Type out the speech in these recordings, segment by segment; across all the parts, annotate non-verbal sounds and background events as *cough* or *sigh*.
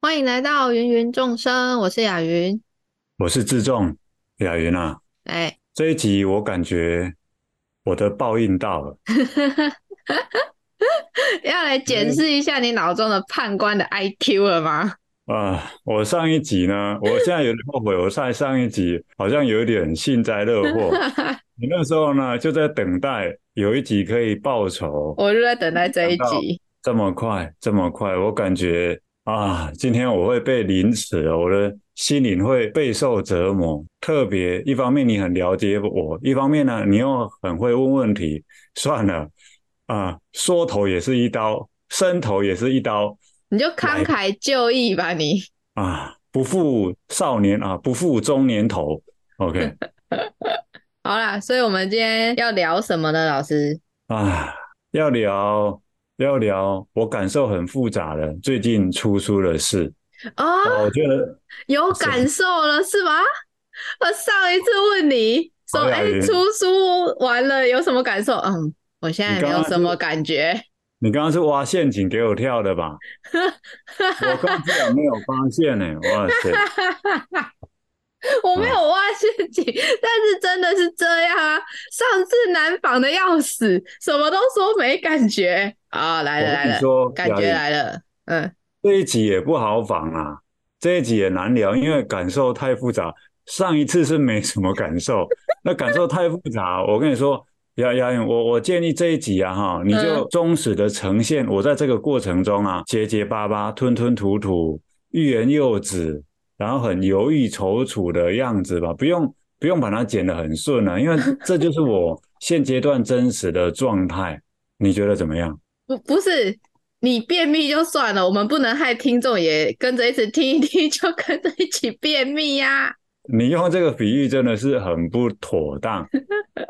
欢迎来到芸芸众生，我是雅云。我是志仲雅云啊。哎，这一集我感觉我的报应到了，要哎来检视一下你脑中的判官的 IQ 了吗？ *laughs* 啊、我上一集呢，我现在有点后悔，我在上一集好像有点幸灾乐祸。你那时候呢，就在等待有一集可以报仇，我就在等待这一集。这么快，这么快，我感觉啊，今天我会被凌迟哦，我的心灵会备受折磨。特别一方面你很了解我，一方面呢你又很会问问题。算了，啊，缩头也是一刀，伸头也是一刀你就慷慨就义吧你，啊，不负少年啊，不负中年头。OK 好啦，所以我们今天要聊什么呢？老师，啊，要聊要聊，我感受很复杂的最近出书的事，哦，啊我觉得。有感受了是吗？我上一次问你说，好雅哎、云出书完了有什么感受？嗯，我现在没你刚有刚什么感觉。你刚刚是挖陷阱给我跳 *laughs* 的吧？我刚居然没有发现呢、哇塞！ *laughs* 我没有挖陷阱，但是真的是这样啊！上次难防的要死，什么都说没感觉啊、 *laughs* 来了我来跟你了，说，感雅觉云来了，嗯，这一集也不好仿啊，这一集也难聊，因为感受太复杂。上一次是没什么感受， *laughs* 那感受太复杂。我跟你说，雅雅云，我我建议这一集啊哈，你就嗯忠实的呈现我在这个过程中啊，结结巴巴、吞吞吐吐、欲言又止，然后很犹豫踌躇的样子吧，不用不用把它剪得很顺啊，因为这就是我现阶段真实的状态。你觉得怎么样？不不是你便秘就算了，我们不能害听众也跟着一起听一听，就跟着一起便秘呀、 *laughs* 你用这个比喻真的是很不妥 *laughs* 当，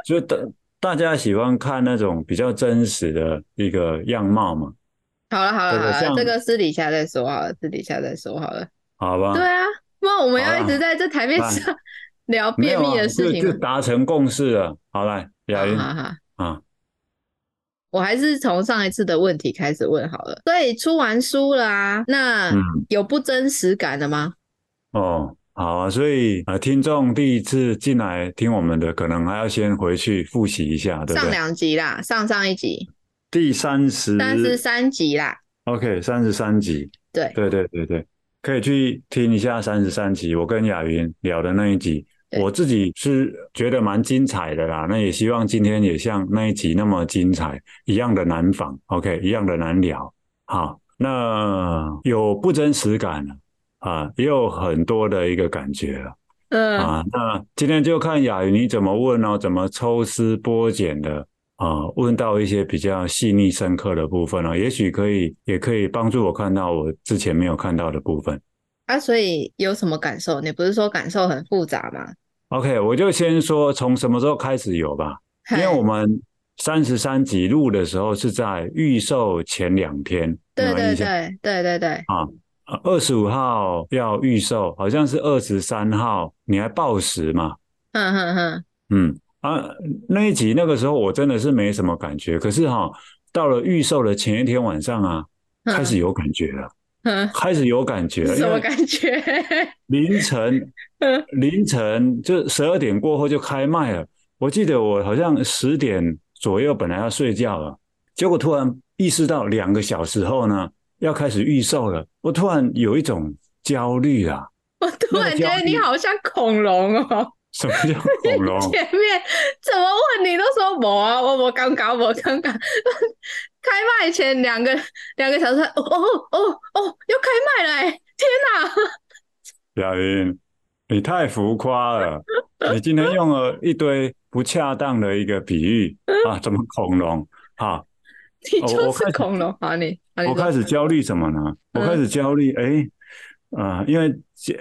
就大大家喜欢看那种比较真实的一个样貌嘛，好了好了这个好了，像这个私底下再说好了，私底下再说好了。好吧？对啊，不然我们要好啦一直在这台面那上 *laughs* 聊没便有秘啊，的就事情就吗？达成共识了。好来，雅云好好好。啊，我还是从上一次的问题开始问好了。所以出完书了啊，那嗯，有不真实感的吗？哦，好啊，所以啊，呃听众第一次进来听我们的，可能还要先回去复习一下，对不上对？两集啦，上上一集，第三十三十三集啦， ，OK，三十三集，对对对对对，可以去听一下三十三集，我跟雅云聊的那一集，对我自己是觉得蛮精彩的啦。那也希望今天也像那一集那么精彩，一样的难仿，OK，一样的难聊。好，那有不真实感了啊，也有很多的一个感觉了嗯，啊。那今天就看雅云你怎么问哦，怎么抽丝剥茧的。啊，问到一些比较细腻深刻的部分了、也许可以，也可以帮助我看到我之前没有看到的部分。啊，所以有什么感受？你不是说感受很复杂吗？ OK，我就先说从什么时候开始有吧，因为嗨我们三十三集录的时候是在预售前两天，对你有对印象？对对对对，二十五号要预售，好像是二十三号，你还报时嘛？哼哼哼，嗯啊，那一集那个时候我真的是没什么感觉，可是哈、到了预售的前一天晚上啊，哼开始有感觉了，哼，开始有感觉是嗯了，什因么为感觉？ *laughs* 凌晨嗯凌晨就十二点过后就开卖了。我记得我好像十点左右本来要睡觉了，结果突然意识到两个小时后呢要开始预售了，我突然有一种焦虑啊！我突那个然觉焦得你虑好像恐龙哦。什么叫恐 *laughs* 龙？前面怎么问你都说我啊，我我刚刚我刚刚开卖前两个两个小时，哦哦哦哦，又开卖了、欸，天哪！ *laughs* 哦雅云，啊你太浮夸了！你今天用了一堆不恰当的一个比喻啊，怎么恐龙？啊，你哦就我是开始恐龙，好你，好你我开说，始焦虑什么呢？我开始焦虑，哎、啊、因为这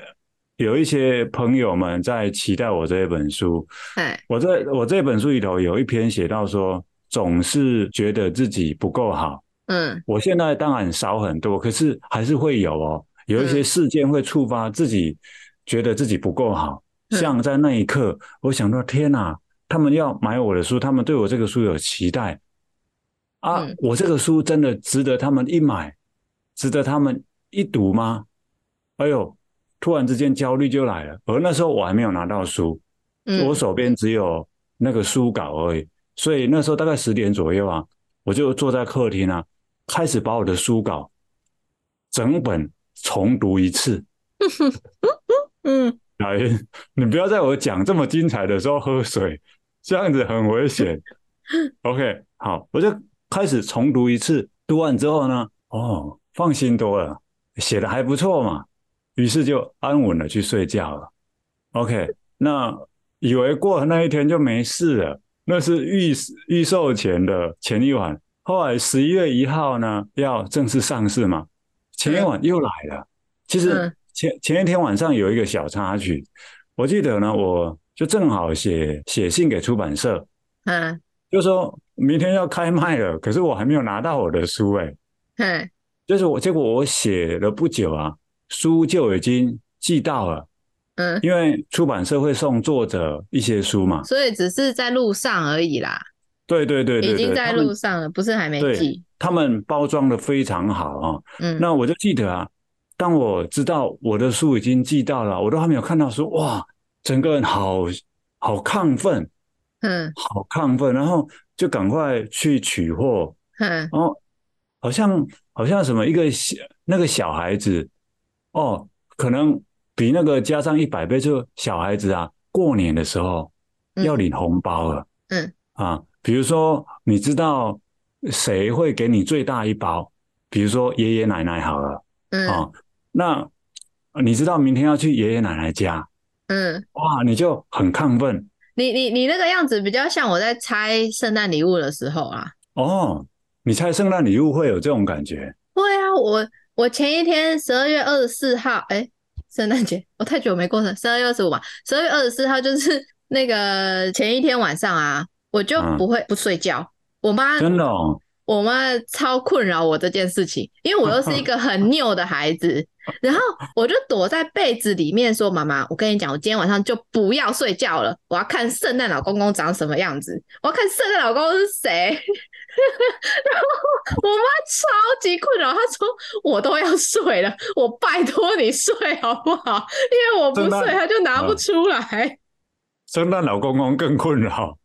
有一些朋友们在期待我这一本书。哎，我这我这本书里头有一篇写到说，总是觉得自己不够好。嗯我现在当然少很多，可是还是会有哦，有一些嗯事件会触发自己觉得自己不够好。嗯像在那一刻，我想到天哪，他们要买我的书，他们对我这个书有期待啊，嗯我这个书真的值得他们一买，值得他们一读吗？哎呦，突然之间焦虑就来了。而那时候我还没有拿到书，嗯，我手边只有那个书稿而已，所以那时候大概十点左右啊，我就坐在客厅啊，开始把我的书稿整本重读一次。嗯，来， *laughs* 你不要在我讲这么精彩的时候喝水，这样子很危险。OK，好，我就开始重读一次，读完之后呢，哦，放心多了，写的还不错嘛，于是就安稳的去睡觉了。OK，那以为过了那一天就没事了，那是预预售前的前一晚，后来十一月一号呢要正式上市嘛，前一晚又来了。其实嗯前前一天晚上有一个小插曲，我记得呢，我就正好写写信给出版社，嗯，就说明天要开卖了，可是我还没有拿到我的书、欸，嘿，就是我结果我写了不久啊，书就已经寄到了，嗯，因为出版社会送作者一些书嘛，所以只是在路上而已啦，对对对对已经对，在他们路上了，不是还没对寄。，他们包装的非常好啊、嗯，那我就记得啊，当我知道我的书已经寄到了，我都还没有看到说哇，整个人好好亢奋，嗯好亢奋，然后就赶快去取货，嗯然后哦好像好像什么一个小那个小孩子哦，可能比那个加上一百倍，就小孩子啊，过年的时候嗯要领红包了，嗯啊，比如说你知道谁会给你最大一包，比如说爷爷奶奶好了。嗯哦，那呃你知道明天要去爷爷奶奶家，嗯，哇，你就很亢奋你你你那个样子比较像我在拆圣诞礼物的时候啊。哦。你猜圣诞礼物会有这种感觉？会啊，我我前一天十二月二十四号，哎、圣诞节，我太久没过生，十二月二十五嘛，十二月二十四号就是 *laughs* 那个前一天晚上啊，我就嗯不会不睡觉，我妈真的哦，我妈超困扰我这件事情，因为我又是一个 *laughs* 很拗的孩子，然后我就躲在被子里面说：“妈妈，我跟你讲，我今天晚上就不要睡觉了，我要看圣诞老公公长什么样子，我要看圣诞老公公是谁。” *laughs* 然后我妈超级困扰，她说：“我都要睡了，我拜托你睡好不好？因为我不圣诞睡，她就拿不嗯出来。 *laughs* 圣诞老公公更困扰，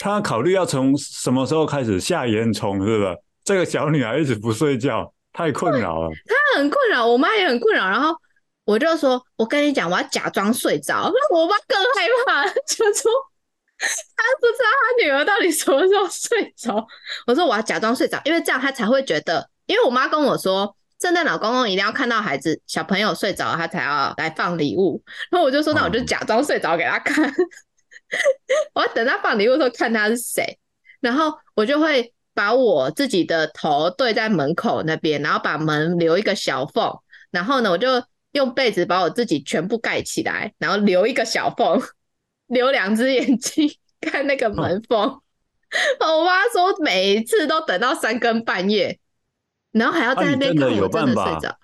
他考虑要从什么时候开始下烟囱，是吧？这个小女孩一直不睡觉，太困扰了。她很困扰，我妈也很困扰，然后。”我就说，我跟你讲，我要假装睡着。 *laughs* 那我妈更害怕， *laughs* 就说她不知道她女儿到底什么时候睡着。我说我要假装睡着，因为这样她才会觉得。因为我妈跟我说，圣诞老公公一定要看到孩子小朋友睡着，他才要来放礼物。然后我就说，那我就假装睡着给他看， *laughs* 我要等他放礼物的时候看他是谁。然后我就会把我自己的头对在门口那边，然后把门留一个小缝，然后呢，我就用被子把我自己全部盖起来，然后留一个小缝，留两只眼睛看哦那个门缝。我妈说每一次都等到三更半夜，然后还要在啊那你边真的看我有真的办睡法着，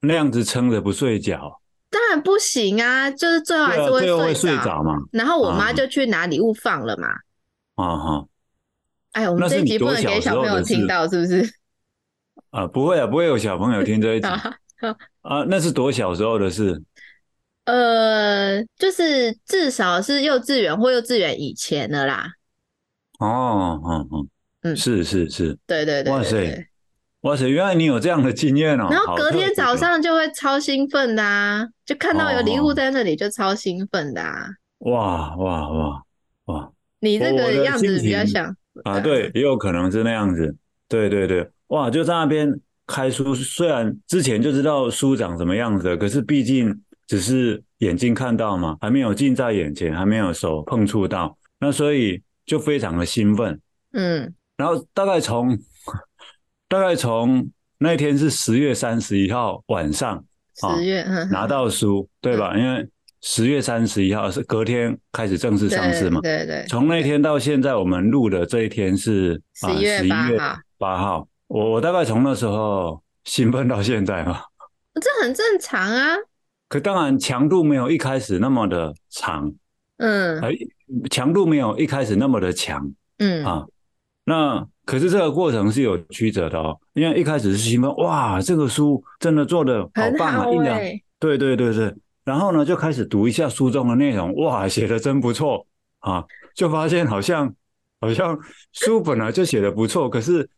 那样子撑着不睡觉，当然不行啊，就是最后对还啊，是最后会睡睡着。着嘛？然后我妈嗯就去拿礼物放了嘛。啊哈哎，我们那这是一你集不多能小给时小候朋友的听事到，是不是？ *laughs* 啊，不会啊，不会有小朋友听这一集啊啊，那是多小时候的事。呃，就是至少是幼稚园或幼稚园以前的啦。哦，嗯嗯，嗯是是是，对对对哇对对塞。，哇塞，原来你有这样的经验哦。然后好隔特天别早哦，上就会超兴奋的啊，就看到有礼物哦在那里就超兴奋的啊。哇哇哇哇你这我我个的样子心比较情像，啊， *laughs* 对，也有可能是那样子。对对对，哇，就在那边开书，虽然之前就知道书长什么样子了，可是毕竟只是眼睛看到嘛，还没有近在眼前，还没有手碰触到，那所以就非常的兴奋。嗯然后大概从 *laughs* 大概从那天是十月三十一号晚上。哦十月，嗯，拿到书，对吧？因为十月三十一号是隔天开始正式上市嘛。对对对，从那天到现在，我们录的这一天是啊11月11 8月号八号。我我大概从那时候兴奋到现在嘛。这很正常啊，可当然强度没有一开始那么的长，嗯哎，强度没有一开始那么的强嗯啊。那可是这个过程是有曲折的哦，因为一开始是兴奋，哇，这个书真的做的好很棒啊，一好两哎，对对对对，然后呢就开始读一下书中的内容，哇，写的真不错啊！就发现好像好像书本啊来就写的不错，可是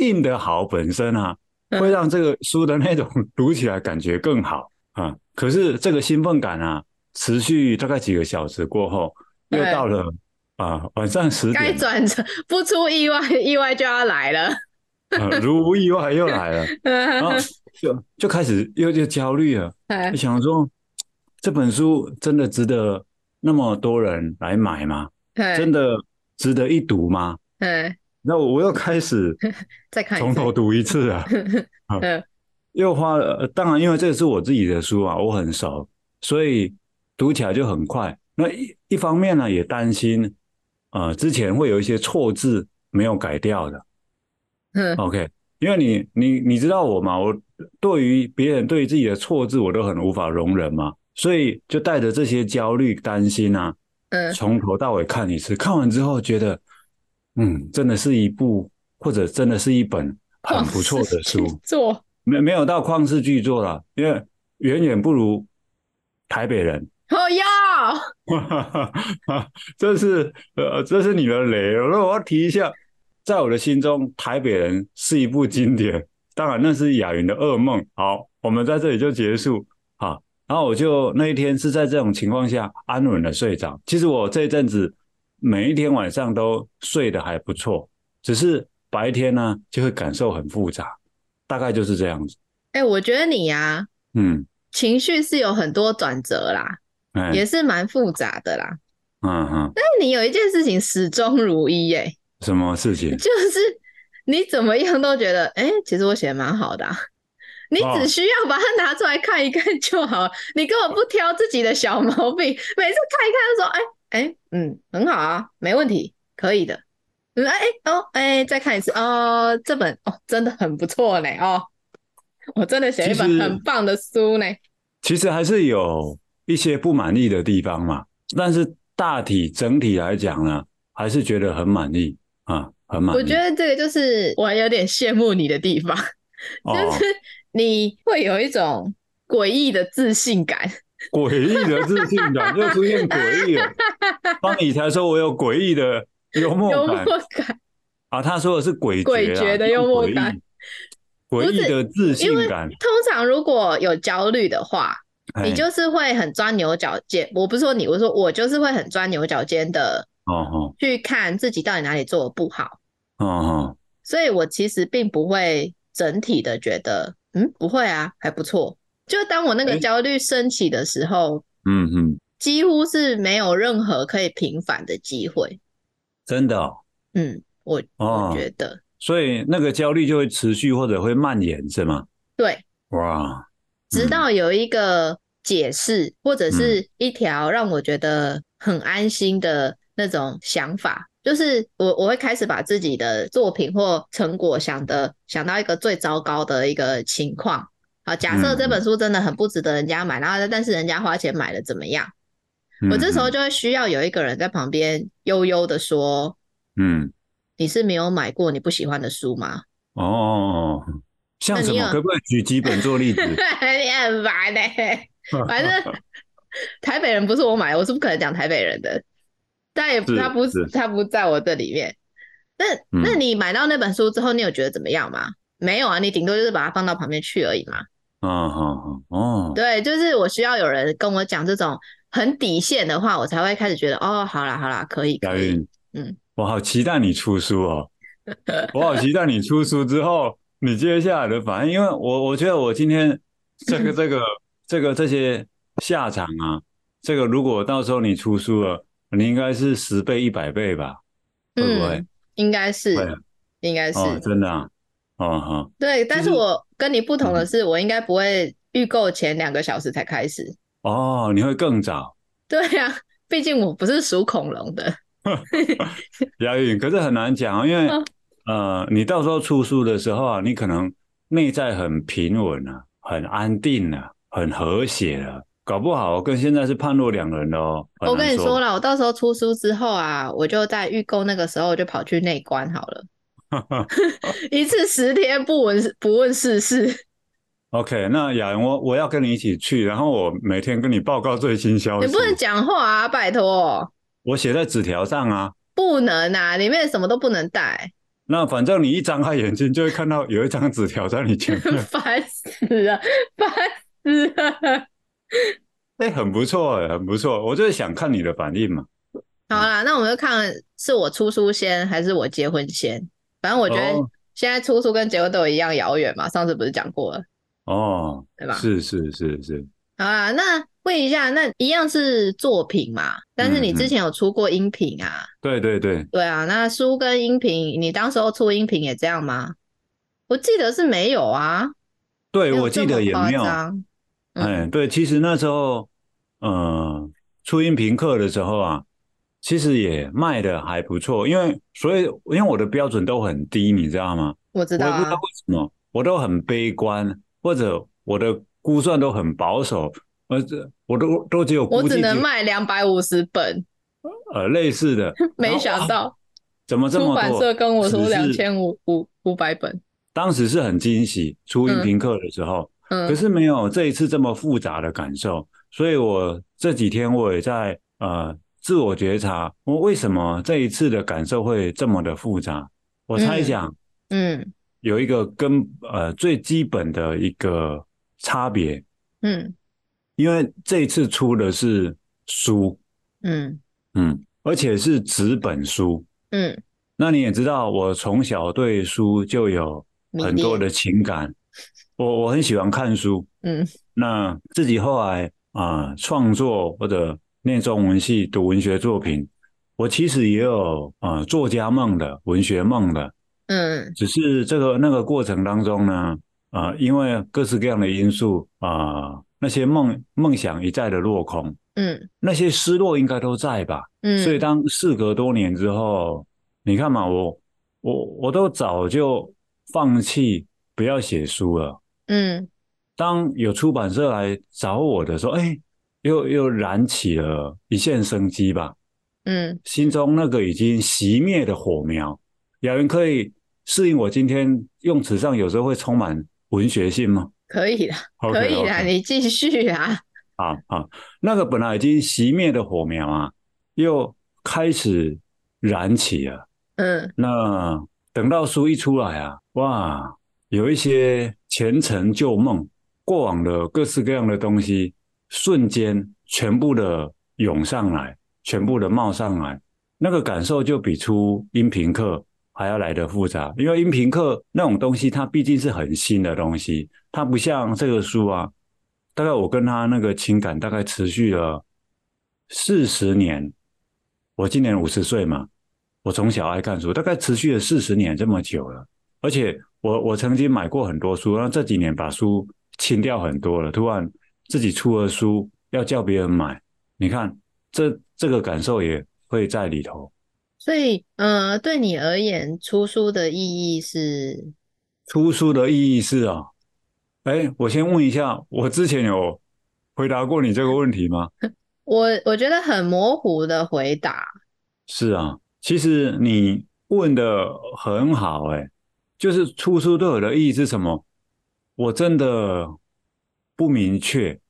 印的好本身啊，嗯会让这个书的内容 *laughs* 读起来感觉更好啊。可是这个兴奋感啊，持续大概几个小时过后，又对到了啊晚上十该点了，转折，不出意外，意外就要来了。 *laughs* 啊如无意外又来了，然后嗯，就就开始又又焦虑了。哎就想说，这本书真的值得那么多人来买吗？哎真的值得一读吗？哎，那我又开始再看一从次头读一次啊，啊嗯又花了。呃当然，因为这是我自己的书啊，我很熟，所以读起来就很快。那一一方面呢，也担心，呃，之前会有一些错字没有改掉的。嗯 OK，因为你你你知道我嘛，我对于别人对于自己的错字，我都很无法容忍嘛，所以就带着这些焦虑、担心啊，嗯从头到尾看一次。看完之后觉得，嗯，真的是一部或者真的是一本很不错的书， *laughs* 做没没有到旷世巨作啦，因为远远不如台北人。哦要哈哈， *laughs* 这是呃，这是你的雷。哦那我要提一下，在我的心中，《台北人》是一部经典，当然那是雅云的噩梦。好，我们在这里就结束。好，然后我就那一天是在这种情况下安稳的睡着。其实我这一阵子每一天晚上都睡得还不错，只是白天呢就会感受很复杂，大概就是这样子。哎，我觉得你呀、嗯，情绪是有很多转折啦，哎，也是蛮复杂的啦。嗯嗯，但你有一件事情始终如一、耶，什么事情？ *laughs* 就是你怎么样都觉得，哎、其实我写的蛮好的啊、你哦只需要把它拿出来看一看就好，你根本不挑自己的小毛病，每次看一看就说，哎、哎、嗯，很好啊，没问题，可以的。嗯，哎、哎哦，哎、再看一次哦，这本哦真的很不错呢哦，我真的写了一其本实很棒的书呢。其实还是有一些不满意的地方嘛，但是大体整体来讲呢，还是觉得很满意啊，很满意。我觉得这个就是我有点羡慕你的地方， *laughs* 就哦是，你会有一种诡异的自信感。诡异的自信感又出现诡异了。方以才说我有诡异的幽默幽感默感，啊，他说的是诡诡谲谲啊的幽默诡异感，诡不异是的自因信为感，通常如果有焦虑的话，哎你就是会很钻牛角尖。我不是说你，我说我就是会很钻牛角尖的哦去看自己到底哪里做的不好，哦哦所以我其实并不会整体的觉得，嗯，不会啊，还不错。就当我那个哎焦虑升起的时候，嗯嗯，几乎是没有任何可以平反的机会。真的哦嗯，我我哦，觉得所以那个焦虑就会持续或者会蔓延是吗？对。哇，直嗯到有一个解释，或者是一条让我觉得很安心的那种想法，就是我我会开始把自己的作品或成果想的想到一个最糟糕的一个情况。好，假设嗯这本书真的很不值得人家买，然后但是人家花钱买了怎么样？嗯我这时候就会需要有一个人在旁边悠悠的说嗯。嗯你是没有买过你不喜欢的书吗？ *laughs* 哦，像那什你么？有可不可以举几本做例子？你很烦欸呢、 *laughs* 反正台北人不是我买的，我是不可能讲台北人的。但也是他不是他不在我这里面。那嗯那你买到那本书之后，你有觉得怎么样吗？没有啊，你顶多就是把它放到旁边去而已嘛。 *laughs* 啊，好好哦，对，就是我需要有人跟我讲这种很底线的话，我才会开始觉得哦，好啦好啦，可以佳可以。韵，嗯，我好期待你出书 *laughs* 哦，我好期待你出书之后你接下来的反应，因为我我觉得我 *laughs* 今天这个这个这个这些下场啊，这个如果到时候你出书了，你应该是十倍一百倍吧？会不会嗯，应该是会啊应该是、哦，真的啊，哦好，对。但是就是我跟你不同嗯的是，我应该不会预购前两个小时才开始。哦，你会更早，对呀、毕竟我不是属恐龙的。佳韵，可是很难讲啊，因为嗯呃，你到时候出书的时候啊，你可能内在很平稳啊，很安定啊，很和谐啊，搞不好跟现在是判若两人的哦。很我难跟你说说，了，我到时候出书之后啊，我就在预购那个时候我就跑去内观好了，一次十天不闻不问世事。 *laughs* OK，那雅文，我我要跟你一起去，然后我每天跟你报告最新消息。你不能讲话啊，拜托，我写在纸条上啊。不能啊，里面什么都不能 *laughs* 带，那反正你一张开眼睛就会看到有一张纸条在你前 *laughs* 面，烦死了，烦死了。哎、很不错、哎，很不错。我就是想看你的反应嘛。好啦，那我们就看是我出书先还是我结婚先。反正我觉得哦现在出书跟结婚都一样遥远嘛，上次不是讲过了，哦，对吧？是是是是，好啦，那问一下，那一样是作品嘛？但是嗯你之前有出过音频啊？对对对，对啊，那书跟音频，你当时候出音频也这样吗？我记得是没有啊，对没有我记这得么也夸没有。张嗯哎，对，其实那时候，呃，初音评课的时候啊，其实也卖的还不错，因为所以因为我的标准都很低，你知道吗？我知我道也不知啊道，为什么，我都很悲观，或者我的估算都很保守，呃，这我都都只有我估只计能只卖两百五十本，，呃类似的 *laughs* 没然后想哇到怎么这出么版多社跟我说只两是千五五五百本，当时是很惊喜，初音评课的时候，嗯，可是没有这一次这么复杂的感受，所以我这几天我也在呃自我觉察，我为什么这一次的感受会这么的复杂？我猜嗯想嗯有一个根呃最基本的一个差别，嗯因为这一次出的是书，嗯嗯，而且是纸本书。嗯，那你也知道，我从小对书就有迷很多恋的情感，我我很喜欢看书，嗯那自己后来啊、创作或者念中文系读文学作品，我其实也有啊、作家梦的、文学梦的，嗯只是这个那个过程当中呢，啊、因为各式各样的因素啊、那些梦梦想一再的落空，嗯那些失落应该都在吧。嗯，所以当事隔多年之后，你看嘛，我我我都早就放弃不要写书了。嗯当有出版社来找我的时候，哎，又又燃起了一线生机吧，嗯心中那个已经熄灭的火苗。雅云可以适应我今天用词上有时候会充满文学性吗？可以的，可以 OK，OK 的，你继续啊，啊啊，那个本来已经熄灭的火苗啊，又开始燃起了。嗯那等到书一出来啊，哇，有一些前尘旧梦、过往的各式各样的东西，瞬间全部的涌上来，全部的冒上来，那个感受就比出音频课还要来得复杂。因为音频课那种东西，它毕竟是很新的东西，它不像这个书啊。大概我跟他那个情感大概持续了四十年，我今年五十岁嘛，我从小爱看书，大概持续了四十年这么久了。而且我我曾经买过很多书，然后这几年把书清掉很多了，突然自己出了书要叫别人买，你看这这个感受也会在里头。所以呃，对你而言，出书的意义是，出书的意义是啊，哎，我先问一下，我之前有回答过你这个问题吗？我我觉得很模糊的回答，是啊，其实你问的很好、欸，就是出书对我的意义是什么？我真的不明确，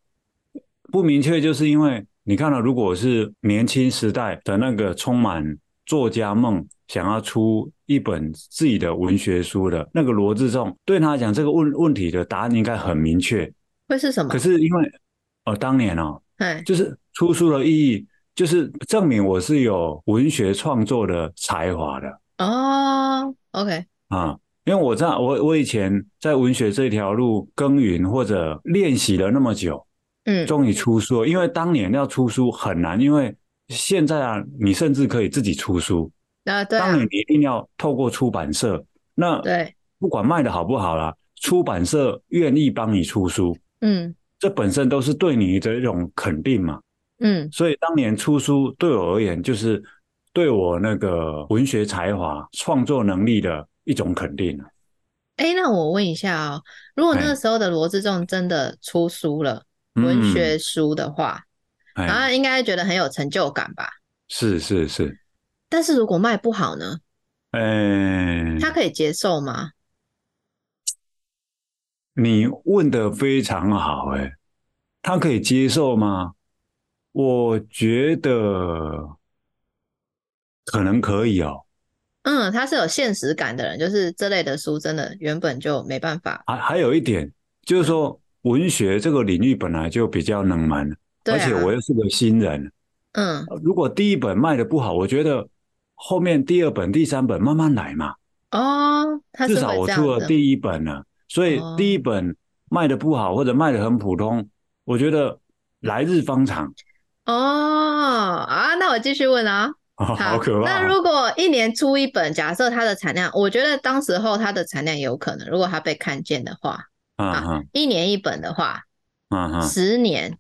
不明确，就是因为你看到、啊如果是年轻时代的那个充满作家梦，想要出一本自己的文学书的那个罗志仲，对他来讲这个问问题的答案应该很明确，会是什么可？是因为呃，当年哦，哎，就是出书的意义，就是证明我是有文学创作的才华的哦，OK，啊。因为我在我我以前在文学这条路耕耘或者练习了那么久，嗯终于出书了。因为当年要出书很难，因为现在啊，你甚至可以自己出书，啊，对啊啊当然你一定要透过出版社。那对，不管卖的好不好啦，出版社愿意帮你出书，嗯这本身都是对你的一种肯定嘛。嗯所以当年出书对我而言，就是对我那个文学才华、创作能力的一种肯定啊哎，那我问一下哦，如果那个哎时候的罗志仲真的出书了，文学，啊书的话，嗯然哎，后应该觉得很有成就感吧？是是是，但是如果卖不好呢，哎，他可以接受吗？你问的非常好、欸，哎，他可以接受吗？我觉得可能可以哦，嗯，他是有现实感的人，就是这类的书真的原本就没办法。还还有一点就是说，文学这个领域本来就比较冷门，对而且我啊，又是个新人，嗯，如果第一本卖的不好，我觉得后面第二本、第三本慢慢来嘛。哦，他至是少会我这出样了的，第一本了，所以哦第一本卖的不好或者卖的很普通，我觉得来日方长， *laughs* 哦，啊，那我继续问啊。好可那怕哦。如果一年出一本，假设它的产量，我觉得当时候它的产量有可能，如果它被看见的话，啊啊哈一年一本的话，啊哈，十年，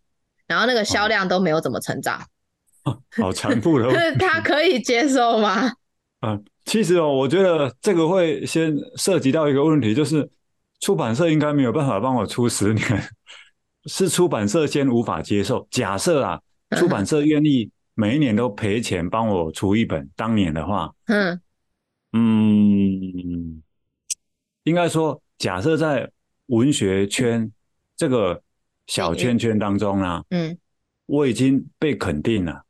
然后那个销量都没有怎么成长，好残 *laughs* 酷的问他可以接受吗？ *laughs* 啊！其实哦，我觉得这个会先涉及到一个问题，就是出版社应该没有办法帮我出十年，是出版社先无法接受。假设啊，出版社愿意每一年都赔钱帮我出一本，当年的话，嗯嗯，应该说，假设在文学圈这个小圈圈当中呢、嗯我已经被肯定了，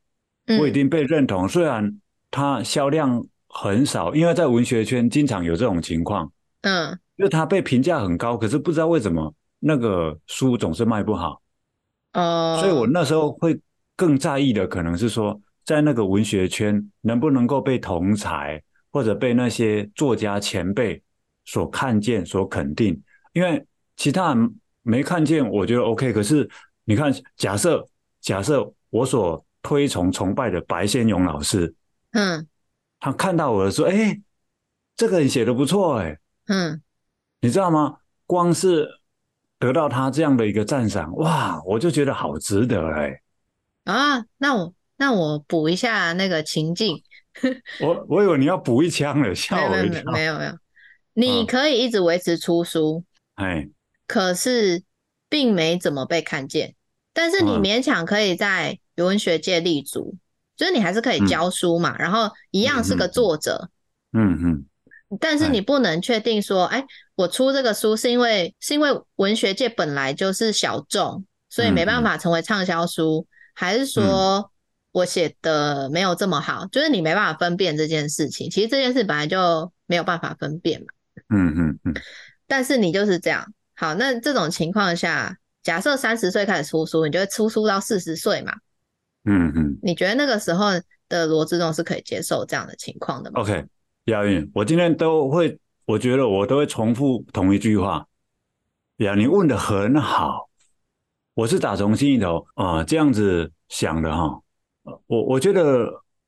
我已嗯经被认同。虽然它销量很少，因为在文学圈经常有这种情况，嗯，就是它被评价很高，可是不知道为什么那个书总是卖不好。哦，所以我那时候会更在意的，可能是说，在那个文学圈能不能够被同才或者被那些作家前辈所看见、所肯定，因为其他人没看见，我觉得 OK。可是你看，假设假设我所推崇崇拜的白先勇老师，嗯他看到我的说：“哎，这个人写的不错，哎，嗯你知道吗？光是得到他这样的一个赞赏，哇，我就觉得好值得哎。”啊，那我那我补一下那个情境，我我以为你要补一枪了，吓没有我嗯一没有跳。没有没有，你可以一直维持出书，哎，可是并没怎么被看见。但是你嗯勉强可以在文学界立足，就是你还是可以嗯教书嘛，然后一样是个嗯嗯嗯作者，嗯嗯，但是哎你不能确定说，哎，我出这个书是因为是因为文学界本来就是小众，所以没嗯办法成为畅销书，还是说我写的没有这么好，就是你没办法分辨这件事情。其实这件事本来就没有办法分辨嘛，嗯嗯嗯，但是你就是这样。好，那这种情况下，假设三十岁开始出书，你就会出书到四十岁嘛？嗯嗯你觉得那个时候的罗志仲是可以接受这样的情况的吗？ ，OK，亚韵，我今天都会，我觉得我都会重复同一句话。呀，你问的很好，我是打从心里头啊、这样子想的哈。呃我我觉得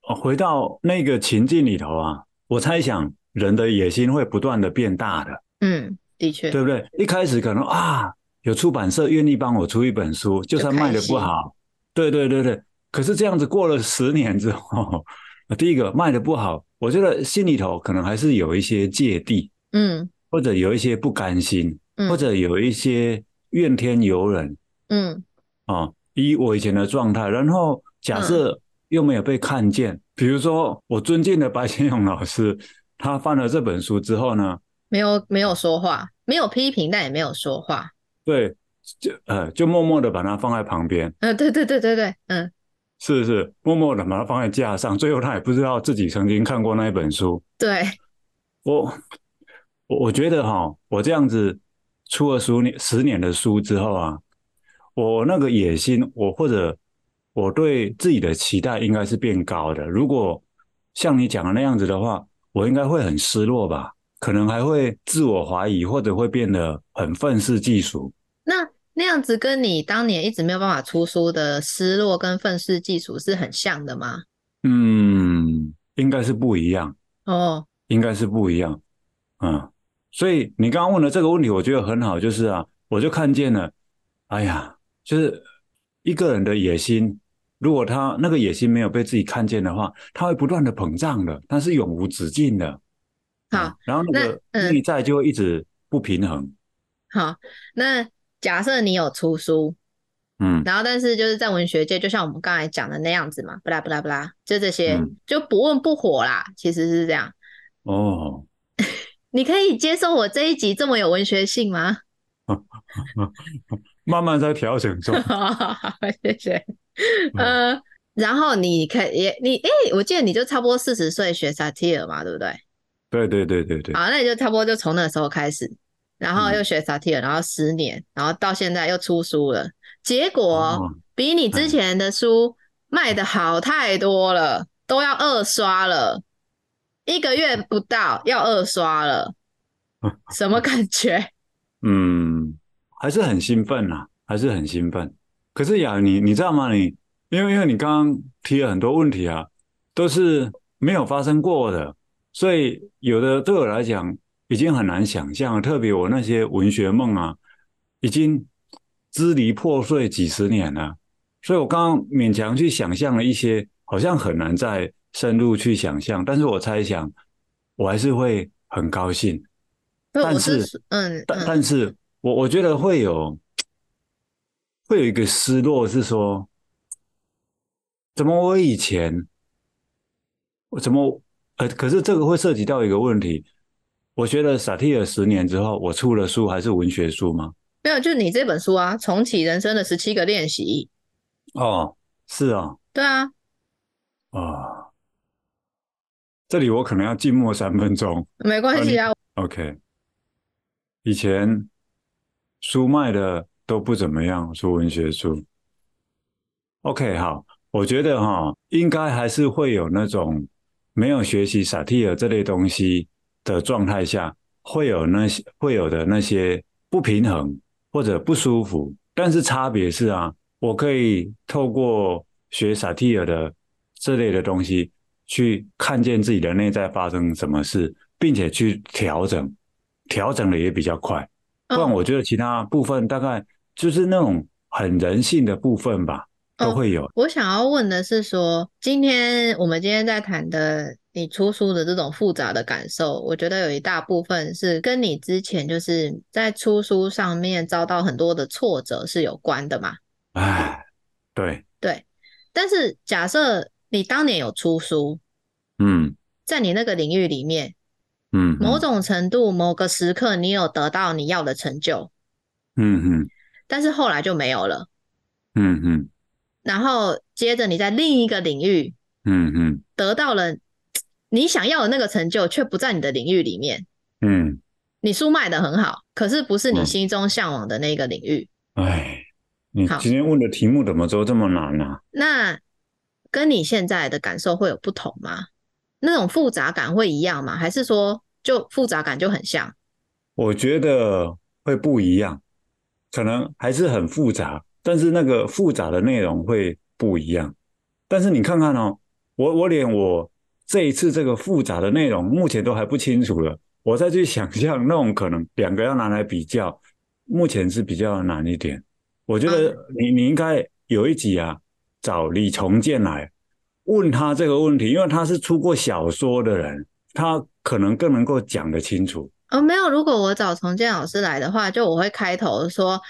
呃回到那个情境里头啊，我猜想人的野心会不断的变大的。嗯，的确，对不对？一开始可能啊，有出版社愿意帮我出一本书，就算卖的不好，对对对对。可是这样子过了十年之后， *laughs* 第一个卖的不好，我觉得心里头可能还是有一些芥蒂，嗯或者有一些不甘心，嗯，或者有一些怨天尤人嗯啊。以我以前的状态，然后假设又没有被看见，比如说我尊敬的白先勇老师，他翻了这本书之后呢，没有没有说话，没有批评，但也没有说话。对，就呃就默默的把它放在旁边。嗯、对对对对对，嗯是是，默默的把它放在架上，最后他也不知道自己曾经看过那一本书。对，我我我觉得哈，我这样子出了十年十年的书之后啊，我那个野心，我或者我对自己的期待应该是变高的。如果像你讲的那样子的话，我应该会很失落吧，可能还会自我怀疑，或者会变得很愤世嫉俗。那那样子跟你当年一直没有办法出书的失落跟愤世嫉俗是很像的吗？嗯，应该是不一样。哦，应该是不一样，嗯，所以你刚刚问的这个问题，我觉得很好，就是啊，我就看见了，哎呀，就是一个人的野心，如果他那个野心没有被自己看见的话，他会不断的膨胀的，它是永无止境的，好嗯，然后那个那嗯内在就会一直不平衡，好，那假设你有出书，嗯然后，但是就是在文学界，就像我们刚才讲的那样子嘛，不啦不啦不啦，就这些，嗯就不温不火啦。其实是这样，哦，你可以接受我这一集这么有文学性吗？ *laughs* 慢慢在调整中。 *laughs* 好好好，谢谢。嗯呃，然后你可也你哎、我记得你就差不多四十岁学萨提尔嘛，对不对？对对对对对，好，那你就差不多就从那时候开始，然后嗯又学萨提尔，然后十年，然后到现在又出书了，结果、哦比你之嗯前的书卖的好太多了，都要二刷了，一个月不到要二刷 *laughs* 了，什么感觉？嗯，还是很兴奋呐、还是很兴奋。可是呀，你你知道吗？你因为因为你刚刚提了很多问题啊，都是没有发生过的，所以有的对我来讲已经很难想象了。特别我那些文学梦啊，已经支离破碎几十年了，所以我刚刚勉强去想象了一些，好像很难再深入去想象。但是我猜想，我还是会很高兴。不，但我是是说嗯但嗯但是我我觉得会有会有一个失落，是说，怎么我以前，我怎么呃？可是这个会涉及到一个问题，我觉得萨提尔十年之后，我出了书还是文学书吗？没有，就是你这本书啊，《重启人生的十七个练习》，哦，是哦，对啊，啊、这里我可能要静默三分钟。没关系啊， OK，以前书卖的都不怎么样，出文学书。OK，好，我觉得哈，应该还是会有那种没有学习萨提尔这类东西的状态下，会有那些会有的那些不平衡或者不舒服。但是差别是啊，我可以透过学萨提尔的这类的东西，去看见自己的内在发生什么事，并且去调整，调整的也比较快。不然嗯我觉得其他部分大概就是那种很人性的部分吧，都嗯会有。我想要问的是说，今天我们今天在谈的你出书的这种复杂的感受，我觉得有一大部分是跟你之前就是在出书上面遭到很多的挫折是有关的嘛。唉，对，对，但是假设你当年有出书，嗯在你那个领域里面，嗯，某种程度某个时刻你有得到你要的成就，嗯嗯但是后来就没有了。嗯嗯然后接着你在另一个领域嗯嗯得到了你想要的那个成就，却不在你的领域里面。嗯，你书卖的很好，可是不是你嗯心中向往的那个领域。唉，你好今天问的题目怎么都这么难啊呢？那跟你现在的感受会有不同吗？那种复杂感会一样吗？还是说就复杂感就很像？我觉得会不一样，可能还是很复杂，但是那个复杂的内容会不一样。但是你看看哦，我我连我这一次这个复杂的内容目前都还不清楚了，我再去想象那种可能两个要拿来比较，目前是比较难一点。我觉得你你应该有一集啊，找李重建来问他这个问题，因为他是出过小说的人，他可能更能够讲得清楚。哦，没有。如果我找重建老师来的话，就我会开头说：“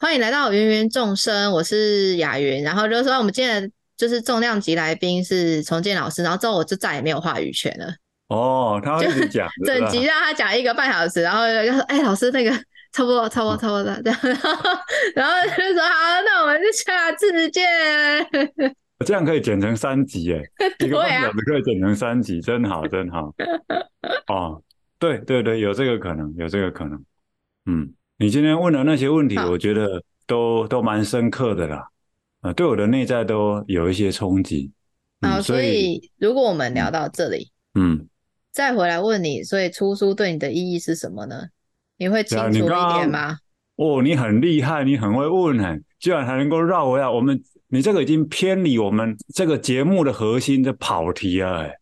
欢迎来到芸芸众生，我是雅云。”然后就说我们今天的就是重量级来宾是重建老师，然后之后我就再也没有话语权了。哦，他会一直讲的整啦集让他讲一个半小时，然后就说：“哎、老师，那个差不多，差嗯不多，差不多了。”这样， *laughs* 然后然后就说：“好，那我们就下次见。嗯这样可以剪成三 *laughs* 集耶，一个半啊小时可以剪成三集，真好，真好。哦，对对对，有这个可能，有这个可能。嗯，你今天问的那些问题，好我觉得都都蛮深刻的啦，呃，对我的内在都有一些冲击。”好，嗯，所以如果我们聊到这里，嗯，再回来问你，所以出书对你的意义是什么呢？你会清对啊你楚一刚点刚吗？哦，你很厉害，你很会问哎，居然还能够绕回来。我们你这个已经偏离我们这个节目的核心的跑题了哎，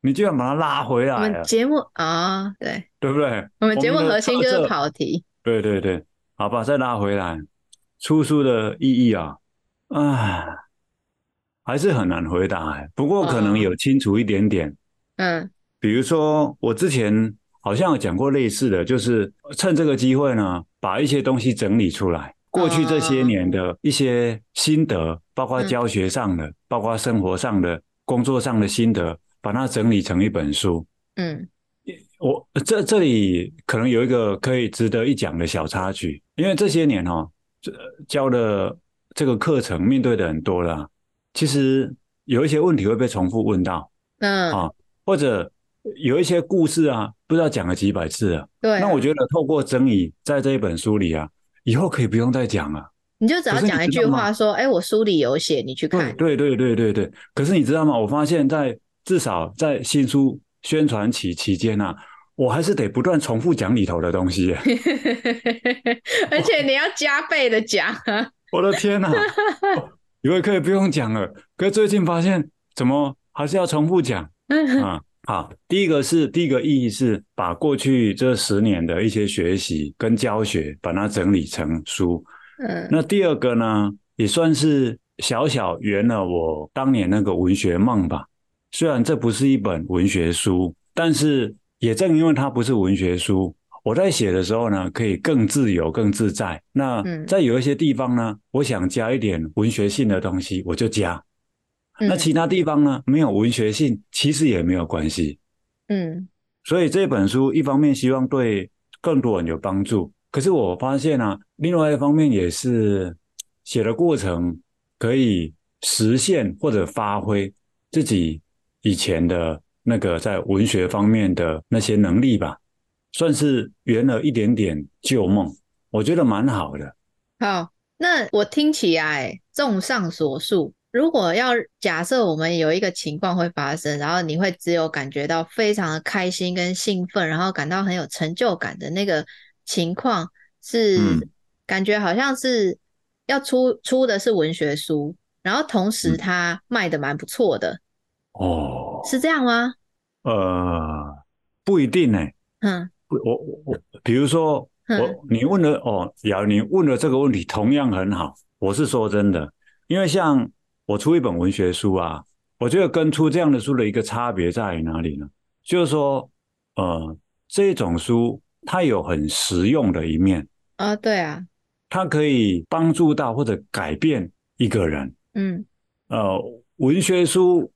你居然把它拉回我来们了，节目啊、对，对不对？我们节目我们的核心就特是色跑题。对对对，好吧，再拉回来，出书的意义啊，唉，还是很难回答欸。不过可能有清楚一点点，嗯比如说我之前好像有讲过类似的，就是趁这个机会呢，把一些东西整理出来，过去这些年的一些心得，包括嗯教学上的，包括生活上的、工作上的心得，把它整理成一本书。嗯我呃这这里可能有一个可以值得一讲的小插曲，因为这些年哦，这教的这个课程面对的很多啦，其实有一些问题会被重复问到，嗯，啊或者有一些故事啊，不知道讲了几百次了。对啊。那我觉得透过争议，在这一本书里啊，以后可以不用再讲了。你就只可要是你讲一知句道话吗说，哎，我书里有写，你去看。 *laughs* 对对对对对。可是你知道吗？我发现在，至少在新书宣传期期间啊，我还是得不断重复讲里头的东西耶。而且你要加倍的讲啊，我的天呐、哦以为可以不用讲了，可是最近发现怎么还是要重复讲啊？好，第一个是第一个意义是把过去这十年的一些学习跟教学，把它整理成书。嗯，那第二个呢，也算是小小圆了我当年那个文学梦吧。虽然这不是一本文学书，但是也正因为它不是文学书，我在写的时候呢，可以更自由、更自在。那嗯在有一些地方呢，我想加一点文学性的东西，我就加。嗯那其他地方呢，没有文学性，其实也没有关系。嗯所以这本书一方面希望对更多人有帮助，可是我发现啊，另外一方面也是写的过程可以实现或者发挥自己以前的那个在文学方面的那些能力吧，算是圆了一点点旧梦，我觉得蛮好的。好。那我听起来，综上所述，如果要假设我们有一个情况会发生，然后你会只有感觉到非常的开心跟兴奋，然后感到很有成就感的那个情况是，嗯感觉好像是要出出的是文学书，然后同时嗯它卖的蛮不错的，哦，是这样吗？呃，不一定呢、嗯不我我我，比如说嗯我你问了哦，雅你问了这个问题同样很好，我是说真的，因为像我出一本文学书啊，我觉得跟出这样的书的一个差别在于哪里呢？就是说，呃，这种书它有很实用的一面，啊、对啊，它可以帮助到或者改变一个人。嗯。呃，文学书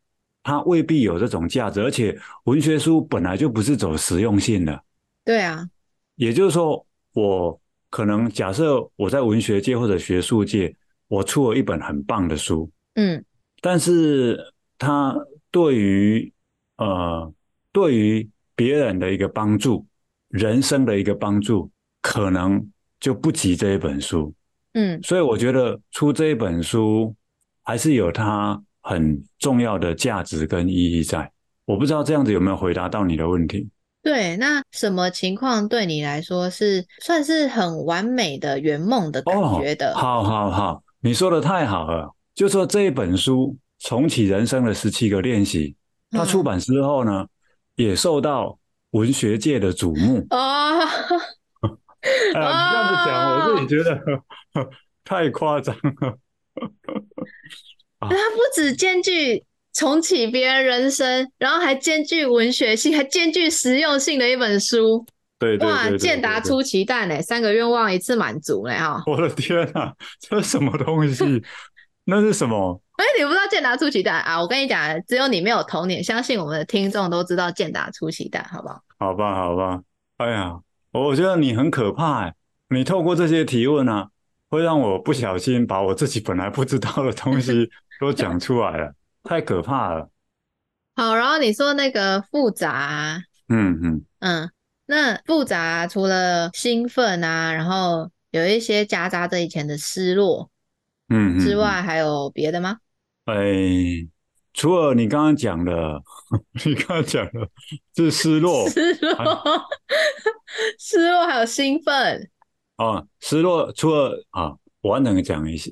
它未必有这种价值，而且文学书本来就不是走实用性的。对啊，也就是说，我可能假设我在文学界或者学术界，我出了一本很棒的书，嗯但是它对于呃对于别人的一个帮助，人生的一个帮助，可能就不及这一本书。嗯所以我觉得出这一本书还是有它很重要的价值跟意义在。我不知道这样子有没有回答到你的问题。对。那什么情况对你来说是算是很完美的圆梦的感觉的？哦好好好，你说的太好了。就说这一本书《重启人生的十七个练习》，它嗯。出版之后呢，也受到文学界的瞩目哦， *laughs* 哎啊呀，你这样子讲，我自己觉得 *laughs* 呵呵太夸张了。它不止兼具重启别人人生，然后还兼具文学性，还兼具实用性的一本书。对对对哇，对健达对对出奇蛋嘞，三个愿望一次满足嘞哈！我的天啊，这是什么东西？那是什么？哎，你不知道健达出奇蛋啊？我跟你讲，只有你没有童年，相信我们的听众都知道健达出奇蛋，好不好？好吧，好吧。哎呀，我觉得你很可怕、哎，你透过这些提问啊，会让我不小心把我自己本来不知道的 *laughs* 东西都讲出来了，太可怕了。好，然后你说那个复杂啊、嗯嗯，嗯，那复杂啊、除了兴奋啊，然后有一些夹杂着以前的失落嗯嗯之，外，还有别的吗？嗯哎，除了你刚刚讲的， *laughs* 你刚刚讲的是失落失落 *laughs* 啊，失落还有兴奋，啊，失落除了啊，我完整地讲一下，